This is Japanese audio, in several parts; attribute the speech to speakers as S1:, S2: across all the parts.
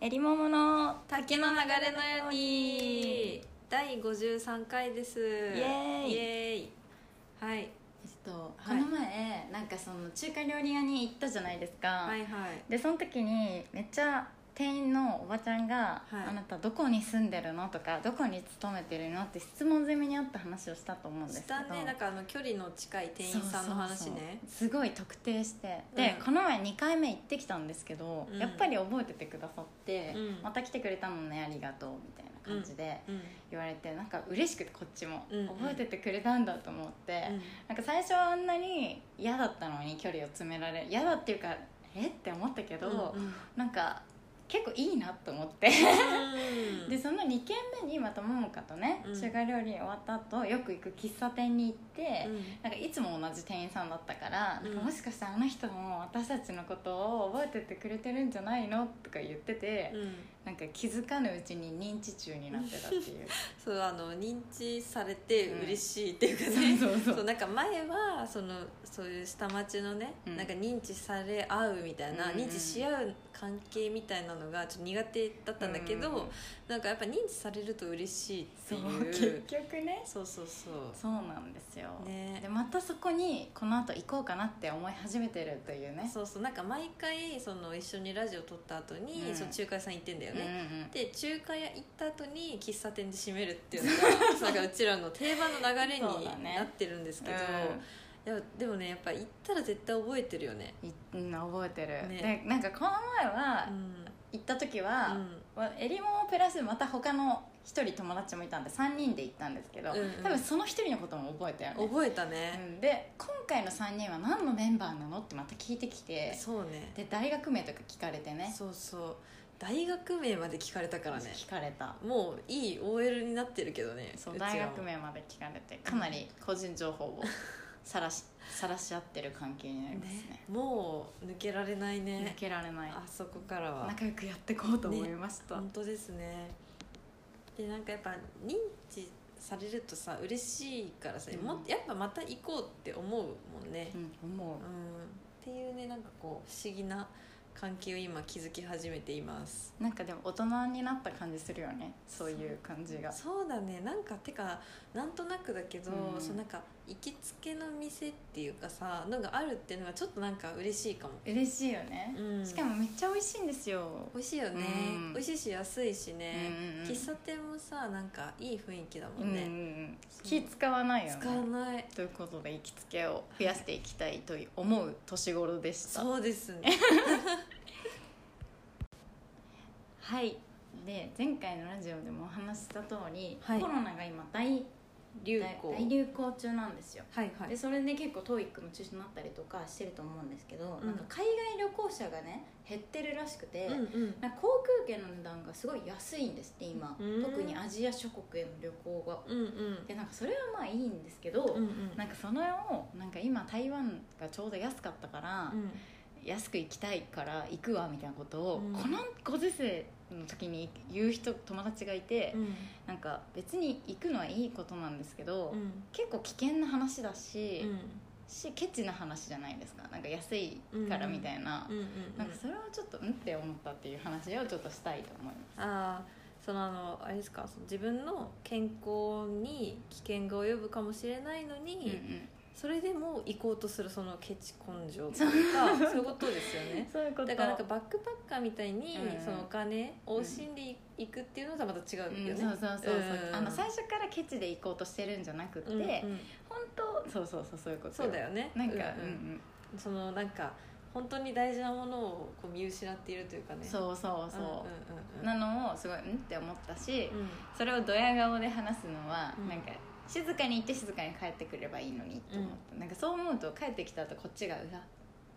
S1: えりももの滝の流れのように
S2: 第53回ですイ
S1: エーイ
S2: イエーイはい
S1: えっと、
S2: はい
S1: この前なんかその中華料理屋に行ったじゃないですか、
S2: はいはい
S1: でその時にめっちゃ店員のおばちゃんが、
S2: はい
S1: あなたどこに住んでるの?」とか「どこに勤めてるの?」って質問攻めにあった話をしたと思うんですけど
S2: 下ねなんかあの距離の近い店員さんの話
S1: そうそう
S2: ね
S1: そうすごい特定してで、
S2: うん
S1: この前2回目行ってきたんですけど、
S2: うん
S1: やっぱり覚えててくださって、
S2: うん
S1: また来てくれたのねありがとう」みたいな感じで
S2: うん
S1: 言われて、なんか嬉しくてこっちも、
S2: うん
S1: 覚えててくれたんだと思って、なんか最初はあんなに嫌だったのに距離を詰められ嫌だっていうかえって思ったけど、
S2: う んうん
S1: なんか結構いいなと思って
S2: うん
S1: でその2軒目にまた桃香とね、
S2: うん
S1: 中華料理終わった後よく行く喫茶店に行って、
S2: うん
S1: なんかいつも同じ店員さんだったから、
S2: うん
S1: なんかもしかしたらあの人も私たちのことを覚えててくれてるんじゃないのとか言ってて、
S2: うん
S1: なんか気づかぬうちに認知中になってたっていう
S2: そうあの認知されて嬉しいっていうかね、
S1: そうそうそう
S2: そうなんか前はそのそういう下町のね、
S1: うん
S2: なんか認知され合うみたい
S1: う
S2: な、
S1: んうん
S2: 認知し合う関係みたいなのがちょっと苦手だったんだけど、
S1: うんうんうん
S2: なんかやっぱ認知されると嬉しいっ
S1: そ
S2: ていうう
S1: 結局ね
S2: そうそうそう
S1: そうなんですよ、
S2: ね
S1: でまたそこにこの後行こうかなって思い始めてるというね
S2: そうそうなんか毎回その一緒にラジオ撮った後に、
S1: うん
S2: その中華屋さん行ってんだよ
S1: うんう
S2: ね、
S1: ん
S2: で中華屋行った後に喫茶店で閉めるっていうのがなんかうちらの定番の流れ
S1: そうだ
S2: に
S1: ね
S2: なってるんですけど、
S1: うん
S2: いやでもねやっぱ行ったら絶対覚えてるよね、
S1: いうん覚えてる、
S2: ね
S1: でなんかこの前は
S2: うん
S1: 行った時は、
S2: うん
S1: まあえりもプラスまた他の一人友達もいたんで3人で行ったんですけど、
S2: うんうん
S1: 多分その一人のことも覚えたよね
S2: 覚えたね、
S1: うんで今回の3人は何のメンバーなのってまた聞いてきて
S2: そうね
S1: で大学名とか聞かれてね
S2: そうそう大学名まで聞かれたからね
S1: 聞かれた
S2: もういい OL になってるけどね
S1: そう
S2: ちらも
S1: 大学名まで聞かれてかなり個人情報 をさらしさらし合ってる関係になり
S2: ね
S1: ますね
S2: もう抜けられないね
S1: 抜けられない
S2: あそこからは
S1: 仲良くやっていこうと思いました、
S2: 本当ですねでなんかやっぱ認知されるとさ嬉しいからさ、
S1: うん
S2: もやっぱまた行こうって思うもんね、
S1: うん思う
S2: うん、っていうねなんかこう不思議な関係を今築き始めています
S1: なんかでも大人になった感じするよねそういう感じが
S2: そうだねなんかてかなんとなくだけど、
S1: うん
S2: そうなんか行きつけの店っていうかさのがあるっていうのがちょっとなんか嬉しいかも、
S1: 嬉しいよね、
S2: うん、
S1: しかもめっちゃ美味しいんですよ
S2: 美味しいよね、
S1: うん
S2: 美味しいし安いしね、
S1: うんうんうん
S2: 喫茶店もさなんかいい雰囲気だ
S1: う
S2: も
S1: んうんう
S2: んね、
S1: ん
S2: そう
S1: 気使わないよ
S2: 使わ
S1: ね
S2: ない
S1: ということで行きつけを増やしていきたいという思う年頃でした
S2: そうですね
S1: はいで前回のラジオでもお話しした通り、
S2: はい
S1: コロナが今大
S2: 流行
S1: 大大流行中なんですよ
S2: はいは
S1: で
S2: い
S1: それで結構 TOEIC も中止になったりとかしてると思うんですけど、
S2: うん
S1: なんか海外旅行者がね減ってるらしくて、
S2: うんうん
S1: なんか航空券の値段がすごい安いんですって今、
S2: うん
S1: 特にアジア諸国への旅行が
S2: うん
S1: でなんかそれはまあいいんですけど、
S2: うんうんうん
S1: なんかそのをなんか今台湾がちょうど安かったから、
S2: うん
S1: 安く行きたいから行くわみたいなことを、
S2: うん
S1: このご時世の時に言う人友達がいて、
S2: うん
S1: なんか別に行くのはいいことなんですけど、
S2: うん
S1: 結構危険な話だし,、
S2: うん
S1: しケチな話じゃないですかなんか安いからみたいな、
S2: うんうん
S1: なんかそれはちょっとうんって思ったっていう話をちょっとしたいと思います。
S2: ああそのあのあれですかその自分の健康に危険が及ぶかもしれないのに、それでも行こうとするそのケチ根性というかそういうことですよね
S1: そういうこと
S2: だからなんかバックパッカーみたいに、
S1: うん
S2: そのお金を惜しんでいくっていうのとはまた違う
S1: う
S2: よ
S1: ん、
S2: ね、
S1: そうそうそうそう、
S2: うん
S1: あの最初からケチで行こうとしてるんじゃなくて、
S2: うんうん
S1: 本当そうそうそうそういうこと
S2: そうだよね
S1: なんか、
S2: う
S1: うんん
S2: う
S1: うんん
S2: そのなんか本当に大事なものをこう見失っているというかねう
S1: そうそうそう、
S2: んうんうん
S1: なのをすごいんって思ったし、
S2: うん
S1: それをドヤ顔で話すのは、
S2: うん
S1: なんか静かに行って静かに帰ってくればいいのにと思った、なんかそう思うと帰ってきた後こっちがうわっ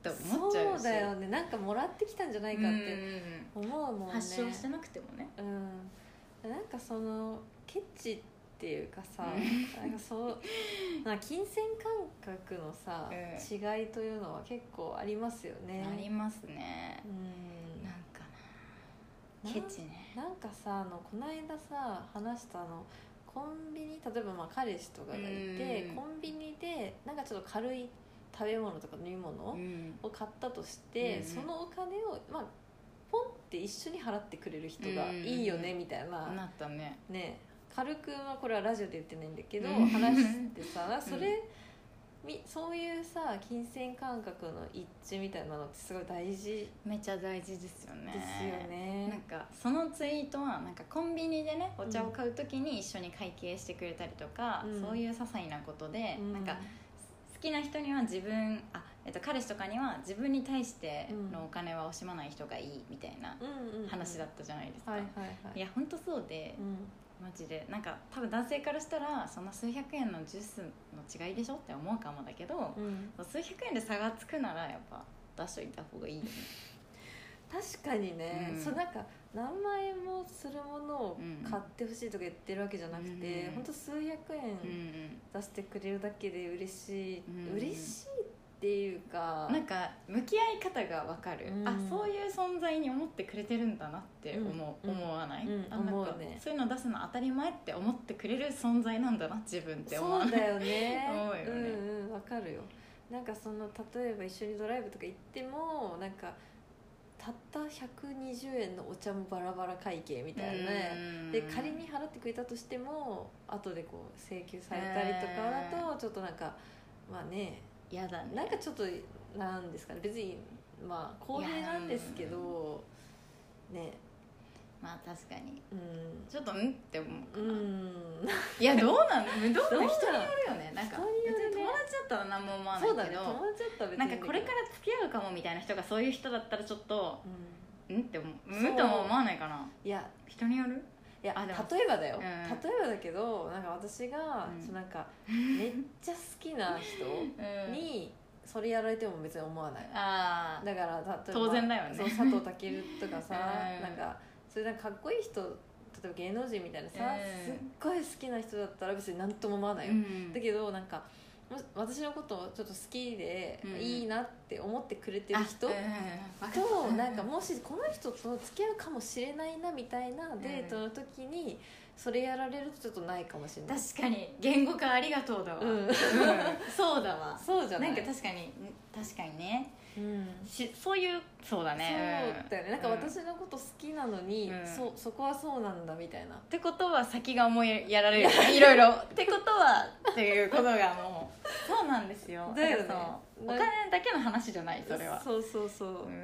S1: と思っちゃうし
S2: そうだよねなんかもらってきたんじゃないかっ
S1: うん
S2: て思うもんね
S1: 発症してなくてもね
S2: うんなんかそのケチっていうかさ
S1: う
S2: なんかそうなんか金銭感覚のさ、
S1: え
S2: 違いというのは結構ありますよね
S1: なりますね
S2: う、ん
S1: なんかなケチね
S2: なんかさあのこの間さ話したあのコンビニ例えばまあ彼氏とかがいて
S1: うん
S2: コンビニでなんかちょっと軽い食べ物とか飲み物
S1: うん
S2: を買ったとして、
S1: うん
S2: そのお金を、まあ、ポンっって一緒に払ってくれる人が
S1: うん
S2: いいよねみたい
S1: な
S2: な
S1: ったね
S2: ね軽くまあこれはラジオで言ってないんだけど
S1: うん
S2: 話してさそれみそういうさ金銭感覚の一致みたいなのってすごい大事
S1: めちゃ大事ですよね
S2: ですよ
S1: なん
S2: ね。
S1: かそのツイートはなんかコンビニでねお茶を買う時に一緒に会計してくれたりとか、
S2: うん
S1: そういう些細なことで、
S2: う
S1: なんか好きな人には自分あ、えっと、彼氏とかには自分に対してのお金は惜しまない人がいいみたいな
S2: うんうん
S1: 話だったじゃないですか、
S2: はいはいはい
S1: いや本当そうで
S2: うん
S1: マジでなんか多分男性からしたらそんな数百円のジュースの違いでしょって思うかもだけど、
S2: うん
S1: 数百円で差がつくならやっぱ出しといた方がいいよね
S2: 確かにね、
S1: うん
S2: そうなんか何万円もするものを
S1: うん
S2: 買ってほしいとか言ってるわけじゃなくて、
S1: うん
S2: ほんと数
S1: う
S2: 百
S1: んう
S2: 円
S1: ん
S2: 出してくれるだけで嬉しい、
S1: うん
S2: 嬉しいっていうか
S1: なんか向き合い方がわかる、
S2: うん
S1: あそういう存在に思ってくれてるんだなって思,、う
S2: うん
S1: 思わない、
S2: うん
S1: あなんか
S2: 思うね
S1: そういうの出すの当たり前って思ってくれる存在なんだな自分って思わ
S2: そう
S1: ない
S2: だよ ね
S1: 思うよね
S2: んうんわかるよなんかその例えば一緒にドライブとか行ってもなんかたった120円のお茶もバラバラ会計みたいなね、
S1: うん
S2: で仮に払ってくれたとしても後でこう請求されたりとかだとちょっとなんかまあね
S1: 嫌だね
S2: なんかちょっとなんですかね別にまあ公平なんですけどね
S1: まあ確かに
S2: うん
S1: ちょっとんって思うか
S2: う
S1: な、
S2: ん
S1: いやどうなんどう
S2: どう
S1: な
S2: なんん
S1: 人によるよ ねなんか
S2: 人によるね
S1: 別に友達だったら何も思わない
S2: そうだ
S1: け
S2: ね
S1: ど、
S2: 友達だったら別
S1: な
S2: に
S1: んかこれから付き合うかもみたいな人がそういう人だったらちょっと
S2: うん
S1: んって思う
S2: そう
S1: 無とも思わないかない
S2: や
S1: 人による
S2: いや
S1: あでも
S2: 例えばだよ、
S1: うん
S2: 例えばだけどなんか私が、
S1: うん
S2: そうなんかめっちゃ好きな人
S1: うん
S2: にそれやられても別に思わない
S1: ああ
S2: だから例えば
S1: 当然だよね
S2: そう佐藤健とかさ
S1: うん
S2: なんかそれなんかかっこいい人例えば芸能人みたいなさ、
S1: うん
S2: すっごい好きな人だったら別に何とも思わないよ、
S1: うん
S2: だけどなんかもし私のことをちょっと好きで、
S1: うん
S2: いいなって思ってくれてる人
S1: あうん
S2: となんかもしこの人と付き合うかもしれないなみたいなデートの時にそれやられるとちょっとないかもしれない、
S1: 確かに言語化ありがとうだわ、
S2: うん
S1: うんそうだわ
S2: そうじゃな
S1: ないんか確かにん確かにね
S2: うん
S1: しそういうそうだね
S2: そうだよねなんか私のこと好きなのに、
S1: うん
S2: そうそこはそうなんだみたいな
S1: ってことは先が思いやられるよ ねいろいろってことはっていうことがもうそうなんですよ
S2: だよ
S1: な
S2: ね
S1: んかそうお
S2: なん
S1: 金だけの話じゃないそれは
S2: そうそうそう、
S1: うん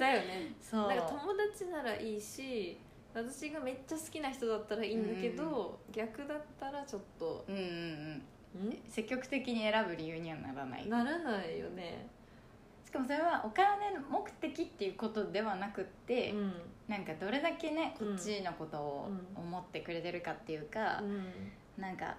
S2: だよね
S1: そう
S2: なんか友達ならいいし私がめっちゃ好きな人だったらいいんだけど、逆だったらちょっと
S1: うんうんうん積極的に選ぶ理由にはならない
S2: ならないよね
S1: しかもそれはお金目的っていうことではなくって、
S2: うん、
S1: なんかどれだけねこ
S2: うん
S1: っちのことを
S2: う
S1: 思ってくれてるかっていうか
S2: う、ん、
S1: なんか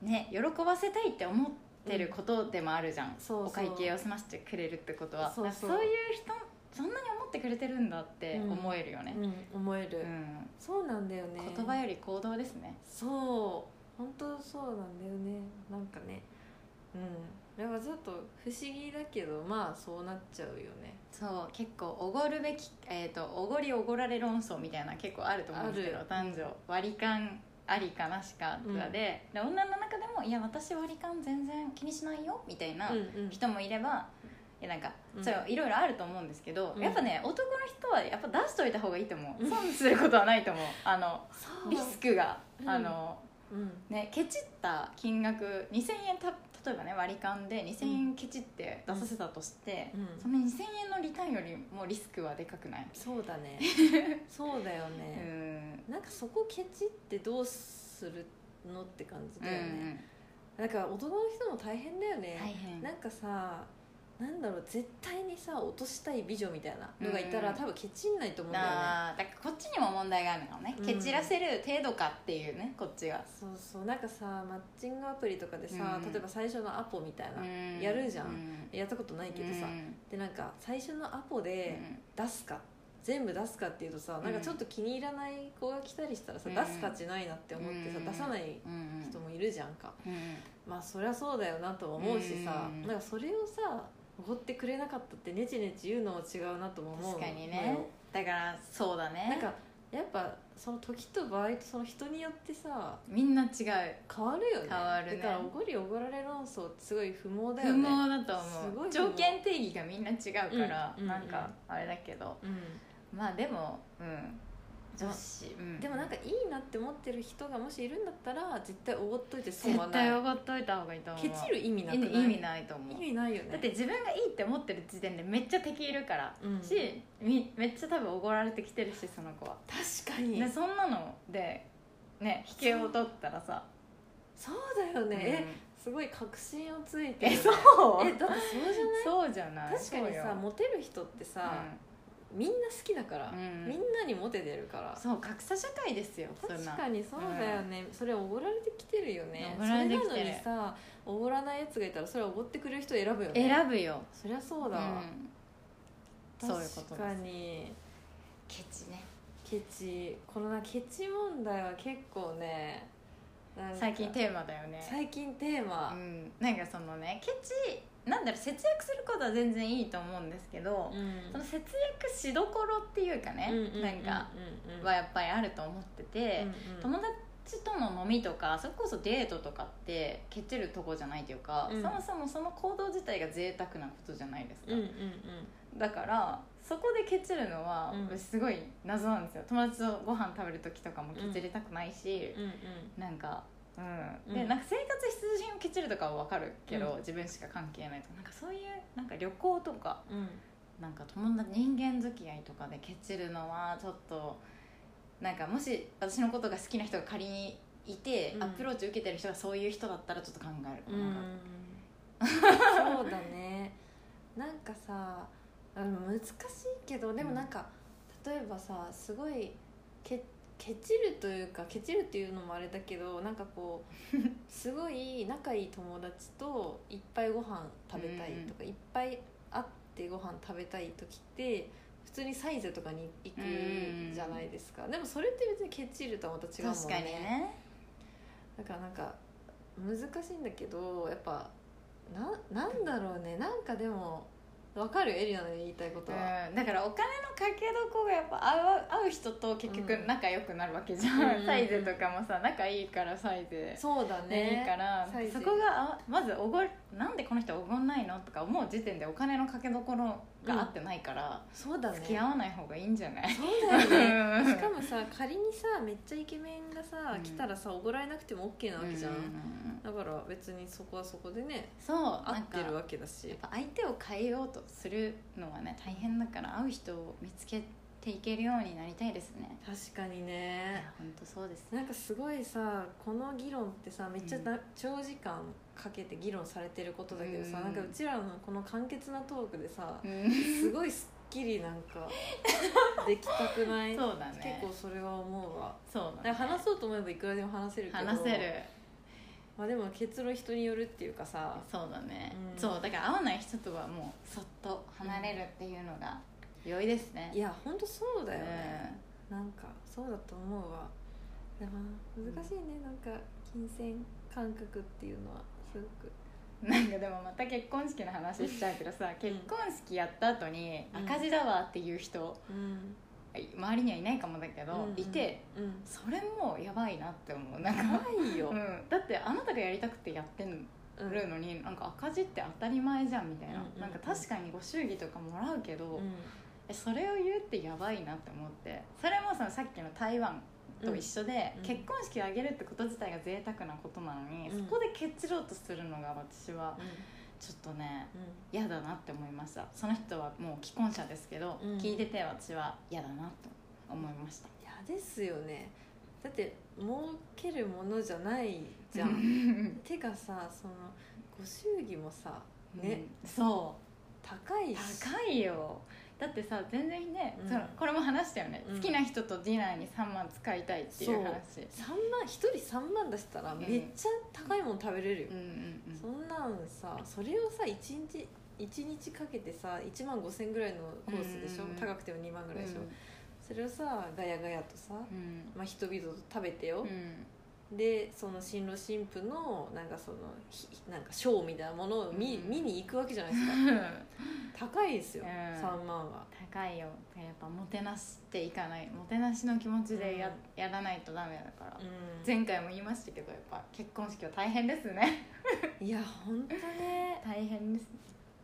S1: ね喜ばせたいって思ってることでもあるじゃん、
S2: そうそう
S1: お会計を済ませてくれるってことは
S2: そう
S1: なんか
S2: そ
S1: そうういう人そんなに思ってくれてるんだって思えるよね、
S2: うん、思える、
S1: うん
S2: そうなんだよね
S1: 言葉より行動ですね
S2: そう本当そうなんだよねなんかねうんやっぱちょっと不思議だけどまあそうなっちゃうよね
S1: そう結構おごるべきえっ、とおごりおごられ論争みたいな結構あると思うんですけど
S2: ある
S1: 男女割り勘ありかなしかとかで,、で女の中でも「いや私割り勘全然気にしないよ」みたいな
S2: うんうん
S1: 人もいれば、いやなんか
S2: うん
S1: そういろいろあると思うんですけど、
S2: うん
S1: やっぱね男の人はやっぱ出しといた方がいいと思う損することはないと思うあの
S2: そう
S1: リスクが、
S2: うん
S1: あの
S2: うん
S1: ねケチった金額2000円た例えばね割り勘で2000円ケチって出させたとして、
S2: うん
S1: その2000円のリターンよりもリスクはでかくない
S2: そうだ ねそうだよ
S1: う
S2: ね、
S1: ん
S2: なんかそこケチってどうするのって感じだよね、なんか男の人も大変だよね、
S1: 大変
S2: なんかさなんだろう絶対にさ落としたい美女みたいなのがいたら、
S1: うん
S2: 多分ケチんないと思うんだよね
S1: あーだからこっちにも問題があるのね、
S2: うん
S1: ケチらせる程度かっていうねこっちが、
S2: そうそうなんかさマッチングアプリとかでさ、
S1: うん
S2: 例えば最初のアポみたいな、
S1: うん
S2: やるじゃん
S1: うん
S2: やったことないけどさ、
S1: うん
S2: でなんか最初のアポで
S1: うん
S2: 出すか、全部出すかっていうとさなんかちょっと気に入らない子が来たりしたらさ、
S1: うん
S2: 出す価値ないなって思ってさ、
S1: うん
S2: 出さない
S1: うん
S2: 人もいるじゃんか、
S1: うん
S2: まあそりゃそうだよなとも思うしさ、
S1: うん
S2: なんかそれをさ奢ってくれなかったってねちねち言うのも違うなとも思うの
S1: 確かにねだからそうだね
S2: なんかやっぱその時と場合とその人によってさ
S1: みんな違う
S2: 変わるよね
S1: 変わるね
S2: だからおごりおごられ論争ってすごい不毛だ
S1: 不
S2: よね
S1: 毛だと
S2: す
S1: 思
S2: ご
S1: う
S2: い不毛
S1: 条件定義がみんな違うから、
S2: うんうんう
S1: な
S2: ん
S1: んかあれだけど
S2: うん
S1: まあでもうん女子、うん、
S2: でもなんかいいなって思ってる人がもしいるんだったら絶対おごっといて損は
S1: 絶
S2: ない
S1: 対おごっといた方がいいと思う
S2: ケチる意味なくない
S1: 意味ないと思う
S2: 意味ないよね
S1: だって自分がいいって思ってる時点でめっちゃ敵いるから、
S2: うん
S1: しみめっちゃ多分おごられてきてるしその子は
S2: 確かに
S1: でそんなのでね引けを取ったらさ
S2: そうだよね、え
S1: うん
S2: すごい確信をついて
S1: え
S2: るね
S1: そう
S2: えだってそうじゃない
S1: そうじゃない
S2: 確かにさモテる人ってさ、みんな好きだから、
S1: うん
S2: みんなにモテてるから
S1: そう,、うん、そう格差社会ですよ
S2: 確
S1: そんな
S2: かにそうだよね、それおごられてきてるよね
S1: おごられてきてる
S2: それなのにさおごらないやつがいたらそれはおごってくれる人選ぶよね
S1: 選ぶよ、
S2: そりゃそう
S1: う
S2: だ、
S1: ん、そういうこと
S2: 確かに
S1: ケチね
S2: ケチこのなケチ問題は結構ねなんか
S1: 最近テーマだよね
S2: 最近テーマ
S1: うん、なんかそのねケチなんだろう節約することは全然いいと思うんですけど、
S2: うん
S1: その節約しどころっていうかね、
S2: うんうんうん
S1: なんか
S2: うんうん
S1: はやっぱりあると思ってて、
S2: うんうん
S1: 友達との飲みとかそれこそデートとかってケチるとこじゃないというか、
S2: うん
S1: そもそもその行動自体が贅沢なことじゃないですか、
S2: うんうんうん
S1: だからそこでケチるのは、
S2: うん
S1: 私すごい謎なんですよ友達とご飯食べる時とかもケチりたくないし、
S2: うんうん
S1: なんかうん、
S2: う
S1: で
S2: ん
S1: なんか生活必需品をケチるとかは分かるけど、
S2: うん
S1: 自分しか関係ないとかなんかそういうなんか旅行とか
S2: うん
S1: なんか友達人間付き合いとかでケチるのはちょっとなんかもし私のことが好きな人が仮にいて、
S2: うん
S1: アプローチ受けてる人がそういう人だったらちょっと考え
S2: う
S1: る、
S2: ん
S1: なんか
S2: そうだねなんかさあの難しいけどでもなんか、例えばさすごいけケチるというかケチるっていうのもあれだけどなんかこうすごい仲いい友達といっぱいご飯食べたいとか、いっぱい会ってご飯食べたい時って普通にサイゼとかに行くじゃないですか、でもそれって別にケチるとはまた違うもん
S1: 確かにね
S2: だからなんか難しいんだけどやっぱななんだろうねなんかでもわかるよエリアの言いたいことは、
S1: うん、だからお金のかけどころがやっぱ合う合う人と結局
S2: うん
S1: 仲良くなるわけじゃん、
S2: うん
S1: サイゼとかもさ仲いいからサイゼ
S2: そうだ
S1: ね、いいか
S2: ね
S1: ら
S2: サイ
S1: そ
S2: ズ
S1: こがあまずおごなんでこの人おごんないのとか思う時点でお金のかけどころが合ってないから、
S2: そうだね
S1: 付き合わない方がいいんじゃない、
S2: そうだよ
S1: う
S2: ね
S1: ん
S2: しかもさ仮にさめっちゃイケメンがさ、
S1: うん
S2: 来たらさおごられなくても OK なわけじゃん、
S1: ううん
S2: だから別にそこはそこでね
S1: そう
S2: 合
S1: なん
S2: っ
S1: か
S2: てる
S1: やっ
S2: わけだし
S1: ぱ相手を変えようとするのはね大変だから会う人を見つけていけるようになりたいですね
S2: 確かに
S1: い
S2: ね
S1: や本当そうですね
S2: なんかすごいさこの議論ってさめっちゃな、長時間かけて議論されてることだけどさ、
S1: うん
S2: なんかうちらのこの簡潔なトークでさ、
S1: うん
S2: すごいすっきりなんかできたくない
S1: そうだね
S2: 結構それは思うわ
S1: そう
S2: だ
S1: だ、
S2: から話そうと思えばいくらでも話せるけど
S1: 話せる
S2: まあ、でも結論人によるっていうかさ
S1: そうだね、
S2: うん
S1: そうだから会わない人とはもうそっと離れるっていうのが良いですね、
S2: いやほんとそうだよ
S1: うん
S2: ね、なんかそうだと思うわでも難しいねなんか金銭感覚っていうのはすごく
S1: なんかでもまた結婚式の話しちゃうけどさ、結婚式やった後に
S2: うん
S1: 赤字だわっていう人、
S2: うん
S1: 周りにはいないかもだけど、
S2: うんうん
S1: いて
S2: うん
S1: それもやばいなって思うなんか、
S2: ないよ、
S1: うん、だってあなたがやりたくてやってる
S2: うん
S1: のに、なんか赤字って当たり前じゃんみたいな、
S2: うんうん
S1: なんか確かにご祝儀とかもらうけど、
S2: うん
S1: えそれを言うってやばいなって思ってそれもそのさっきの台湾と一緒で、
S2: うん
S1: 結婚式を挙げるってこと自体が贅沢なことなのに、
S2: うん
S1: そこでケチろうとするのが私は
S2: うん
S1: ちょっとね
S2: うん
S1: 嫌だなって思いましたその人はもう既婚者ですけど、
S2: うん
S1: 聞いてて私は嫌だなと思いました
S2: いやですよねだって儲けるものじゃないじゃ
S1: うんん
S2: てかさそのご祝儀もさ ね、
S1: うんそ
S2: 高いうし
S1: 高いよだってさ全然ね、
S2: うん
S1: そのこれも話したよね、
S2: うん
S1: 好きな人とディナーに3万使いたいっていう話
S2: 3万1人3万出したら
S1: ん
S2: めっちゃ高いもん食べれるよ、
S1: うんうんうん
S2: そんなんさそれをさ1日一日かけてさ1万5千ぐらいのコースでしょ、
S1: うんうんうん
S2: 高くても2万ぐらいでしょ、それをさガヤガヤとさ、
S1: うんうん
S2: まあ、人々と食べてよ
S1: う、ん
S2: でその新郎新婦のなんかそのひなんかショーみたいなものを見,、
S1: うん
S2: 見に行くわけじゃないです か高いですよ、
S1: うん
S2: 3万は
S1: 高いよやっぱもてなしていかないもてなしの気持ちでや,、やらないとダメだから、
S2: う
S1: 前回も言いましたけどやっぱ結婚式は大変です ね
S2: んいや本当ね
S1: 大変です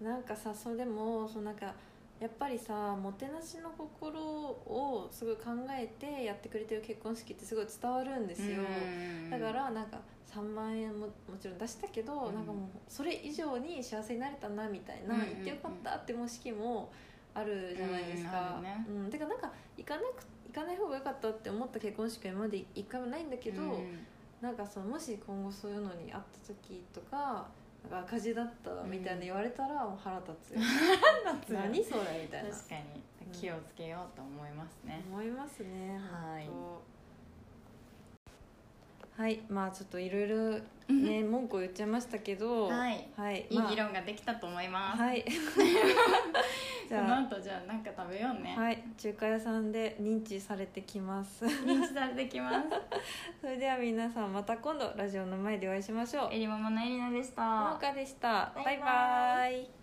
S2: なんかさそれでもそのなんかやっぱりさもてなしの心をすごい考えてやってくれてる結婚式ってすごい伝わるんですよ、だからなんか3万円ももちろん出したけど、
S1: うん
S2: なんかもうそれ以上に幸せになれたなみたいな、
S1: うんうんうん
S2: 行ってよかったってもう式もあるじゃないですか。
S1: うんある
S2: うんてかなんか行かなく行かない方が良かったって思った結婚式は今まで一回もないんだけど、
S1: うん
S2: なんかそのもし今後そういうのにあった時とか。なんか赤字だったみたいな言われたらもう腹立 つよ、何それみたいな
S1: 確かに
S2: うん
S1: 気をつけようと思いますね、
S2: 思いますね
S1: はい
S2: 本当はいまあちょっといろいろね文句を言っちゃいましたけど
S1: はい
S2: はい
S1: いい
S2: まあ
S1: 議論ができたと思います、
S2: はい じ
S1: この
S2: ゃ
S1: 後じゃあなんか食べようね、
S2: あはい中華屋さんで認知されてきます
S1: 認知されてきます
S2: それでは皆さんまた今度ラジオの前でお会いしましょう
S1: えりママのえりなでした
S2: ももかでした
S1: バイバイ
S2: バイバイ